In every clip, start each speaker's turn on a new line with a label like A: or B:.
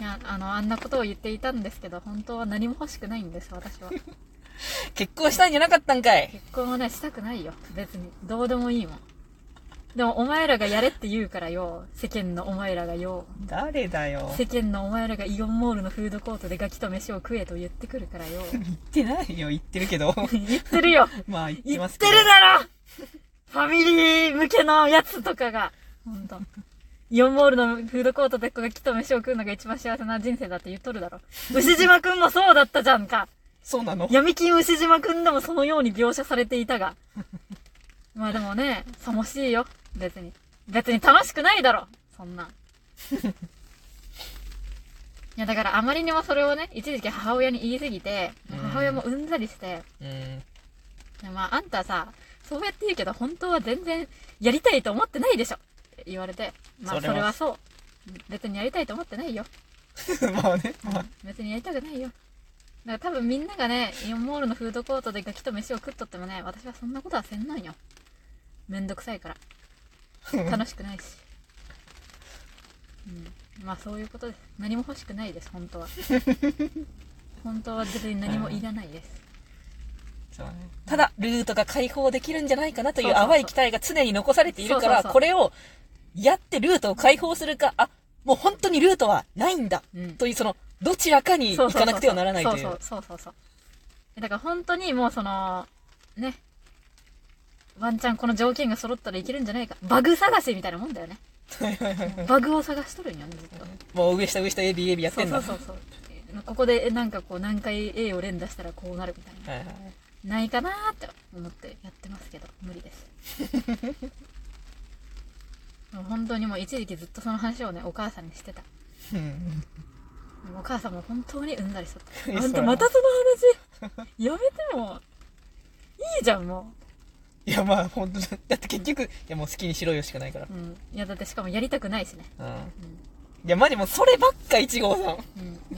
A: なあのあんなことを言っていたんですけど本当は何も欲しくないんです私は
B: 結婚したんじゃなかったんかい
A: 結婚はねしたくないよ別にどうでもいいもんでもお前らがやれって言うからよ世間のお前らがよ
B: 誰だよ
A: 世間のお前らがイオンモールのフードコートでガキと飯を食えと言ってくるからよ
B: 言ってないよ言ってるけど
A: 言ってるよ
B: まあ言って
A: 言
B: ま
A: っ
B: す
A: て
B: けど
A: るだろファミリー向けのやつとかが本当イオンモールのフードコートでこがきっと飯を食うのが一番幸せな人生だって言っとるだろ牛島くんもそうだったじゃんか
B: そうな の
A: 闇金牛島くんでもそのように描写されていたが。 まあでもね、さもしいよ。別に。別に楽しくないだろ。そんなん。 いやだからあまりにもそれをね、一時期母親に言いすぎて、
B: うん
A: 母親もうんざりして、
B: うん
A: いやまああんたさ、そうやって言うけど本当は全然やりたいと思ってないでしょ。って言われて。まあ
B: そ
A: そ
B: れは
A: れはそう。別にやりたいと思ってないよ。
B: まあねまあ
A: 別にやりたくないよだから多分みんながねイオンモールのフードコートでガキと飯を食っとってもね私はそんなことはせんなんよめんどくさい から楽しくないし、うん、まあそういうことです何も欲しくないです本 当は本当は別に何もいらないです
B: そうねただルートが解放できるんじゃないかなとい
A: そう
B: う
A: そうそう
B: 淡い期待が常に残されているから
A: そうそうそう
B: これをやってルートを解放するかあもう本当にルートはないんだ、
A: うん
B: というそのどちらかに行かなくてはならないという
A: そうそうそうそうそうそうだから本当にもうそのねワンチャンこの条件が揃ったらいけるんじゃないかバグ探しみたいなもんだよねバグを探しとるんよねずっと
B: もう上下上下 ABAB やってんだ
A: そうそうそうそうここでなんかこう何回 A を連打したらこうなるみたいな
B: はいはい
A: ないかなーって思ってやってますけど無理です もう本当にもう一時期ずっとその話をねお母さんにしてた
B: うん
A: お母さんも本当にうんざりしとっ
B: いや
A: たあん
B: そ
A: た
B: ら
A: またその話やめてもいいじゃんも
B: いやまあ本当だだって結局いやもう好きにしろよしかないから
A: う、うん、いやだってしかもやりたくないしね、
B: うんいやマジもうそればっか1号さん
A: うん、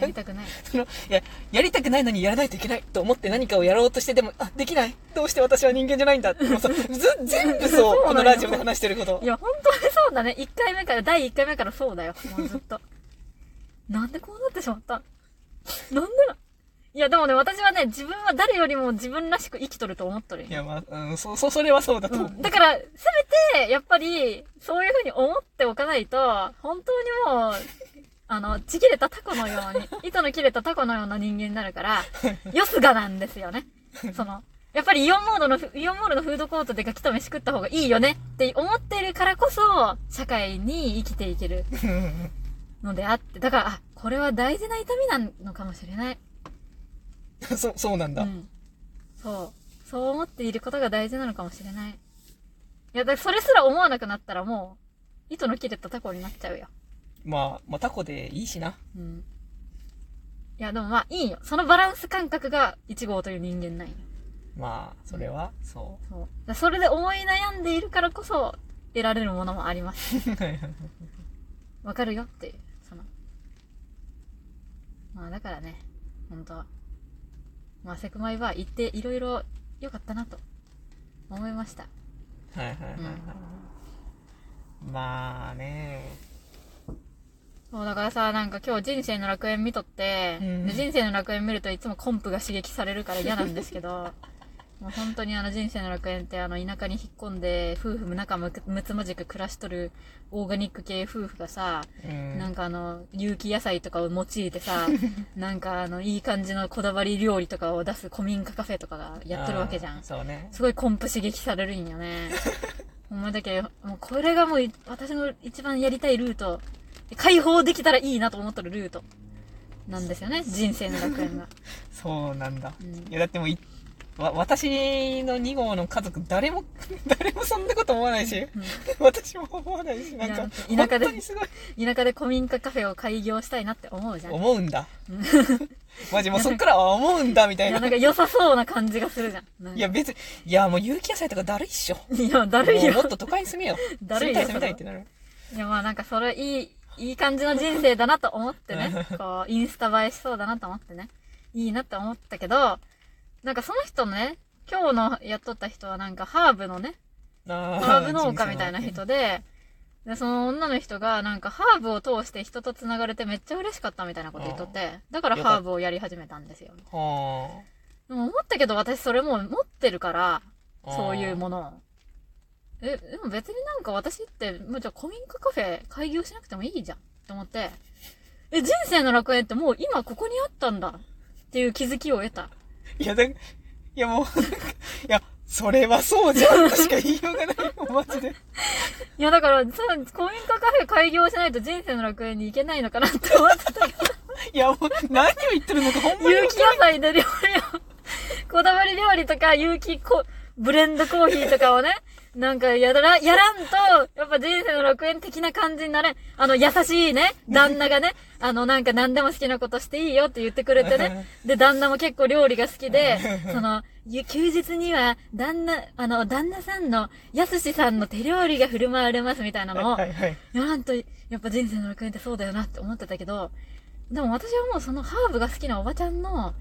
A: やりたくない
B: そのいややりたくないのにやらないといけないと思って何かをやろうとしてでもあできないどうして私は人間じゃないんだもうそうず全
A: そうな
B: 部そ
A: の
B: うこのラジオで話してること
A: いや本当にそうだね1回目から第1回目からそうだよもうずっと なんでこうなってしまったなんでないやでもね私はね自分は誰よりも自分らしく生きとると思っとるんよ
B: いやまあ、うん、そ、そ、それはそうだと思う。
A: だから、せめて、やっぱり、そういうふうに思っておかないと、本当にもう、あの、ちぎれたタコのように、糸の切れたタコのような人間になるから、よすがなんですよね。その、やっぱりイオンモードの、イオンモールのフードコートでガキと飯食った方がいいよねって思っているからこそ、社会に生きていけるのであって、だから、あ、これは大事な痛みなのかもしれない。
B: そ、そうなんだ。
A: うん、そうそう思っていることが大事なのかもしれないいやだからそれすら思わなくなったらもう糸の切れたタコになっちゃうよ
B: まあ、まあ、タコでいいしな。
A: うんいやでもまあいいよそのバランス感覚が1号という人間なんよ
B: まあ、それは、そ
A: そうだからそれで思い悩んでいるからこそ得られるものもあります
B: う。
A: わかるよっていうそのまあだからね本当はまあセクマイは行っていろいろ良かったなと思いました
B: はいはいはいはい。まあね。
A: そうだからさなんか今日人生の楽園見とって、
B: うん
A: で人生の楽園見るといつもコンプが刺激されるから嫌なんですけど もう本当にあの人生の楽園ってあの田舎に引っ込んで夫婦仲むむつまじく暮らしとるオーガニック系夫婦がさ、
B: うん。
A: なんかあの有機野菜とかを用いて さなんかあのいい感じのこだわり料理とかを出す古民家カフェとかがやってるわけじゃ
B: あ
A: ん
B: ーそうね。
A: すごいコンプ刺激されるんよ ね。ほんまだけど、もうこれがもうい私の一番やりたいルート、解放できたらいいなと思っとるルートなんですよね、人生の楽園 が。
B: そうなんだ。
A: うん
B: いや、だってもうい、わ、私の2号の家族、誰も、 誰もそんなこと思わないし、 私も思わないし、なんか、
A: いや
B: 本
A: 田舎で
B: 当にすごい、
A: 田舎で古民家カフェを開業したいなって思うじゃん。い
B: 思うん だ。マジもうそっから、あ思うんだ、みたい
A: や、
B: な
A: なん。か良さそうな感じがするじゃん。なんか
B: いや、別に、いや、もう有機野菜とかだるいっしょ。
A: いや、だるいよ
B: もうもっ。と都会に住めよ。
A: だるい
B: 住みた
A: よ
B: い住みたいってなる。
A: いや、まあなんかそれいい、いい感じの人生だなと思ってね、こう、インスタ映えしそうだなと思ってね、いいなって思ったけど、なんかその人のね、今日のやっとった人はなんかハーブのね、
B: ハ
A: ハーブ農家みたいな人で、で、その女の人が、なんか、ハーブを通して人と繋がれてめっちゃ嬉しかったみたいなこと言っとって、だから
B: よかった
A: ハーブをやり始めたんですよ。
B: は
A: でも思ったけど、私それもう持ってるから、
B: あ。
A: そういうものを。え、でも別になんか私って、もうじゃあ古民家カフェ開業しなくてもいいじゃんって思って、え、人生の楽園ってもう今ここにあったんだっていう気づきを得た。
B: いや、だ、いやもう、なんかいや、それはそうじゃんとしか言いようがないもん、マジで。
A: いやだから、そう古民家カフェ開業しないと人生の楽園に行けないのかなって思ってたけど、
B: いや、もう、何を言ってるのか、ほんまに
A: 有機野菜で料理を、こだわり料理とか有機こブレンドコーヒーとかをね、なんかやら、やらんと、やっぱ人生の楽園的な感じになれん。あの、優しいね、旦那がね、あの、なんか何でも好きなことしていいよって言ってくれてね。で、旦那も結構料理が好きで、その、ゆ休日には、旦那、あの、旦那さんの、やすしさんの手料理が振る舞われますみたいなのを
B: は、いはい。
A: いや、なんと、やっぱ人生の楽園ってそうだよなって思ってたけど、でも私はもうそのハーブが好きなおばちゃんの、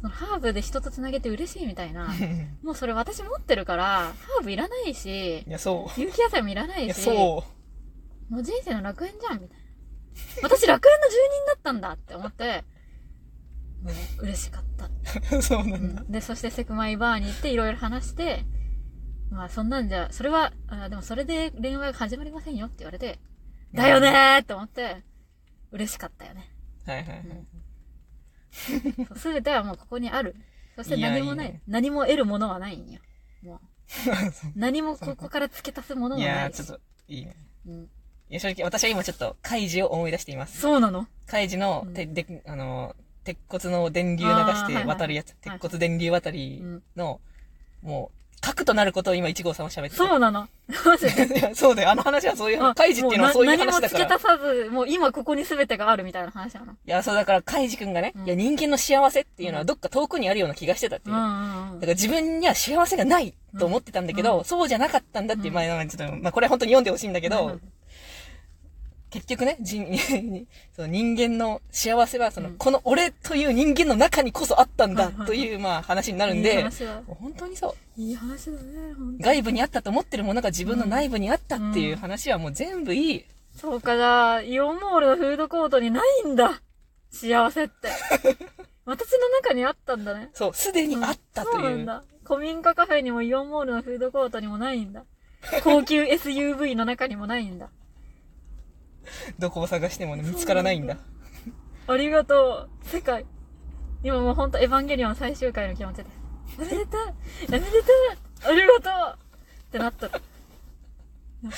A: そのハーブで人と繋げて嬉しいみたいな、もうそれ私持ってるから、ハーブいらないし
B: い、や、そ
A: 有機野菜もいらな
B: う。い
A: い
B: や、
A: し、
B: そ
A: もう人生の楽園じゃん、みたいな。私楽園の住人だったんだって思って、もう嬉しかった。
B: う。 そうな
A: うん
B: だ。
A: ん、で、そしてセクマイバーに行っていろいろ話して、まあそんなんじゃ、それは、あでもそれで恋愛が始まりませんよって言われて、だよねーと思って、嬉しかった よね。
B: はいはいはい。
A: すべてはもうここにある。そして何もない。
B: いやいいね
A: 何も得るものはないんよ。 もう何も
B: そう
A: ここから付け足すもの
B: い
A: はな
B: やー、
A: い。
B: ちょっと、いいね。
A: うん、
B: いや、正直、私は今ちょっと、カイジを思い出しています。
A: そうなの
B: カイジの、て、で、あの、鉄骨の電流流
A: あ
B: し
A: ーはい
B: て渡るやつ、
A: はい
B: 鉄骨電流渡りの、もう、核となることを今、一号さんは喋ってた。
A: そうなの マジで
B: いや そうだよ。あの話はそういう
A: あ
B: 話。カイジっていうのはそういう
A: もな
B: 話だから。
A: 何も付け足さず、もう今ここに全てがあるみたいな話なの。
B: いや、そうだから、カイジ君がね、
A: うん
B: いや、人間の幸せっていうの
A: う
B: は
A: ん
B: どっか遠くにあるような気がしてたって
A: う
B: い
A: ん
B: う。
A: う
B: だか
A: んうん。
B: ら自分には幸せがないと思ってたんだけど、
A: う
B: そうじゃなかったんだっていうう、
A: ん
B: まあ、ちょっと、まあ、これは本当に読んでほしいんだけど、
A: うん
B: 結局ね、人、 その人間の幸せは、その、
A: うん
B: この俺という人間の中にこそあったんだ
A: うん
B: という、まあ、話になるん
A: いい
B: で、
A: 話だ。
B: 本当にそう。
A: いい話だね、ほんと
B: 外部にあったと思ってるものが自分の内部にあったっていう話はもう全部いい。
A: そうか、じゃあ、イオンモールのフードコートにないんだ。幸せ って。私の中にあったんだね。
B: そう、すでにあったと
A: そうないん
B: う。
A: だ。古民家カフェにもイオンモールのフードコートにもないんだ。高級 SUV の中にもないんだ。
B: どこを探してもね、見つからないんだ。
A: ありがとう、世界。今もうほんとエヴァンゲリオン最終回の気持ちです。おめでとうおめでとうありがとうってなった。やっ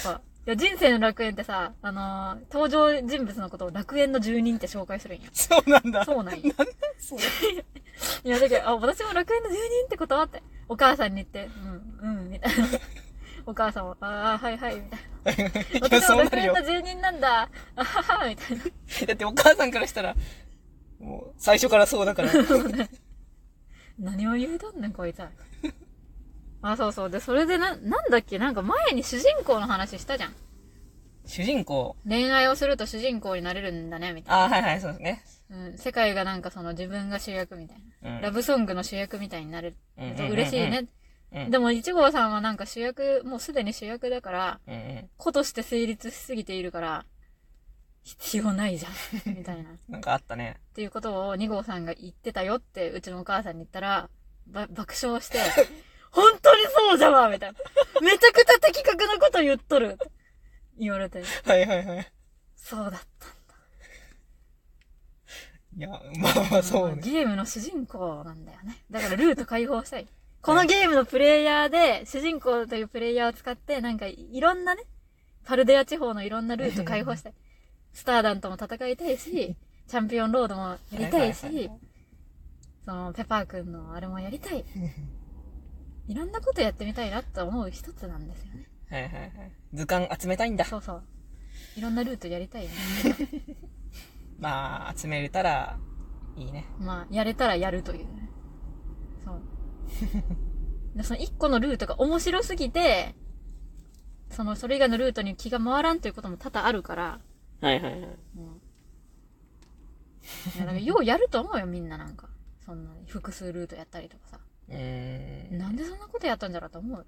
A: ぱ、いや人生の楽園ってさ、あのー登場人物のことを楽園の住人って紹介するんよ。
B: そうなんだ。
A: そうなんよ。
B: そう
A: いや、だけど、あ、私も楽園の住人ってことって、お母さんに言って、うん、うん、みたいな。お母さんも、ああ、はいはい、みたい
B: い
A: な。
B: や、
A: 私
B: そ
A: も
B: うな
A: 楽
B: る
A: 園
B: よ
A: の。住人なんだ、あはは、みたいな。
B: だってお母さんからしたら、もう、最初からそうだから。
A: 何を言うとんねん、こいつは。 あ、そうそう。で、それでな、なんだっけ、なんか前に主人公の話したじゃん。
B: 主人公。
A: 恋愛をすると主人公になれるんだね、みたい
B: ああ、はいはい、そうですね。
A: な。うん、世界がなんかその自分が主役みたい
B: うん
A: な。ラブソングの主役みたいになれる
B: うんうんうん
A: と
B: うん
A: 嬉しいね。
B: うん
A: でも、一号さんはなんか主役、もうすでに主役だから、
B: うんうん。
A: 子として成立しすぎているから、必要ないじゃん、 みたいな。っ
B: なんかあったね。
A: ていうことを2号さんが言ってたよって、うちのお母さんに言ったら、ば爆笑して、 本当にそうじゃわみたいな。めちゃくちゃ的確なこと言っとるって言われて、
B: はいはいはい。
A: そうだった。
B: いや、まあまあ そうね。
A: ゲームの主人公なんだよね。だからルート解放したい。このゲームのプレイヤーで、主人公というプレイヤーを使って、なんかいろんなね、カルデア地方のいろんなルート解放 したい。スターダンとも戦いたいし、チャンピオンロードもやりたい
B: はいはい
A: し、そのペパーくんのあれもやりたい。いろんなことやってみたいなと思う一つなんですよね。
B: はいはいはい。図鑑集めたいんだ。
A: そうそう。いろんなルートやりたいね。
B: まあ、集めれたら、いいね。
A: まあ、やれたらやるというね。そう。でその一個のルートが面白すぎて、その、それ以外のルートに気が回らんということも多々あるから、
B: はいはいはい。
A: うん。いや、だからようやると思うよ、みんななんか。そんな、複数ルートやったりとかさ。
B: うーん。
A: なんでそんなことやったんじゃろうと思うよ。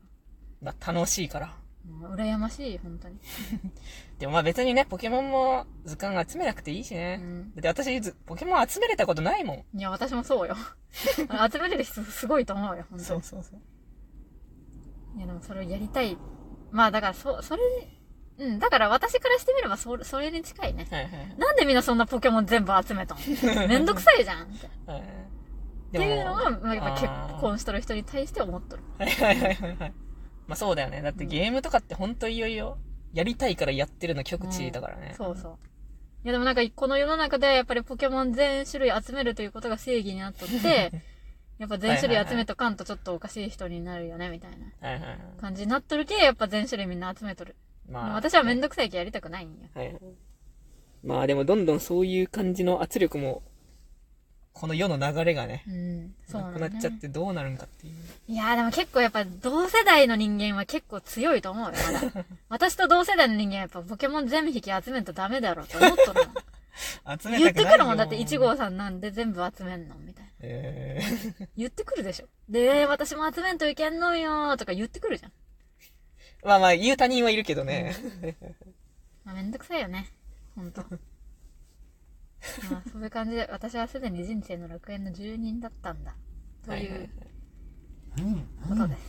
B: まあ、楽しいから。
A: うもう羨ましい、本当に。
B: でもまあ別にね、ポケモンも図鑑集めなくていいし
A: う
B: ね。
A: ん。
B: だって私ず、ポケモン集めれたことないもん。
A: いや、私も そうよ。あれ集めれる人すごいと思うよ、本当に。
B: そうそう。
A: いや、でもそれをやりたい。まあだから、そ、それに、うん、だから私からしてみればそ、それに近いね。
B: はいはい
A: なんでみんなそんなポケモン全部集めた のめんどくさいじゃんって。っ
B: はい。
A: ていうのは、まあ、やっぱ結
B: あー
A: 婚しとる人に対して思っとる。
B: はいはいはいはいはい。まあそうだよね。だってゲームとかってほんといよいよ、やりたいからやってるの極致だからね。
A: そうそう。いやでもなんか、この世の中でやっぱりポケモン全種類集めるということが正義になっと って、やっぱ全種類集めとかんとちょっとおかしい人になるよね、みたいな
B: はいはいはい。
A: 感じになっとるけ、やっぱ全種類みんな集めとる。
B: まあ。
A: 私はめん
B: ど
A: どくさいけやりたくないんよ。
B: はいはい。まあでもどんどんそういう感じの圧力も、この世の流れがね、
A: うん、そう
B: な
A: なん
B: く
A: だ、ね。
B: なっちゃってどうなるんかっていう。
A: いやーでも結構やっぱ同世代の人間は結構強いと思うよ、 まだ。私と同世代の人間はやっぱポケモン全部引き集めんとダメだろうと思っと るもん。
B: 集め
A: 言ったて
B: く
A: く
B: ないよ
A: るもん、だって1号さんなんで全部集めんのみたいな。
B: ええ
A: 言ってくるでしょ。で、私も集めんといけんのよーとか言ってくるじゃん。
B: まあまあ言う他人はいるけどね。
A: まあ、めんどくさいよね。ほ んと。まあそういう感じで、私はすでに人生の楽園の住人だったんだ。と
B: はいいはいう
A: ことです。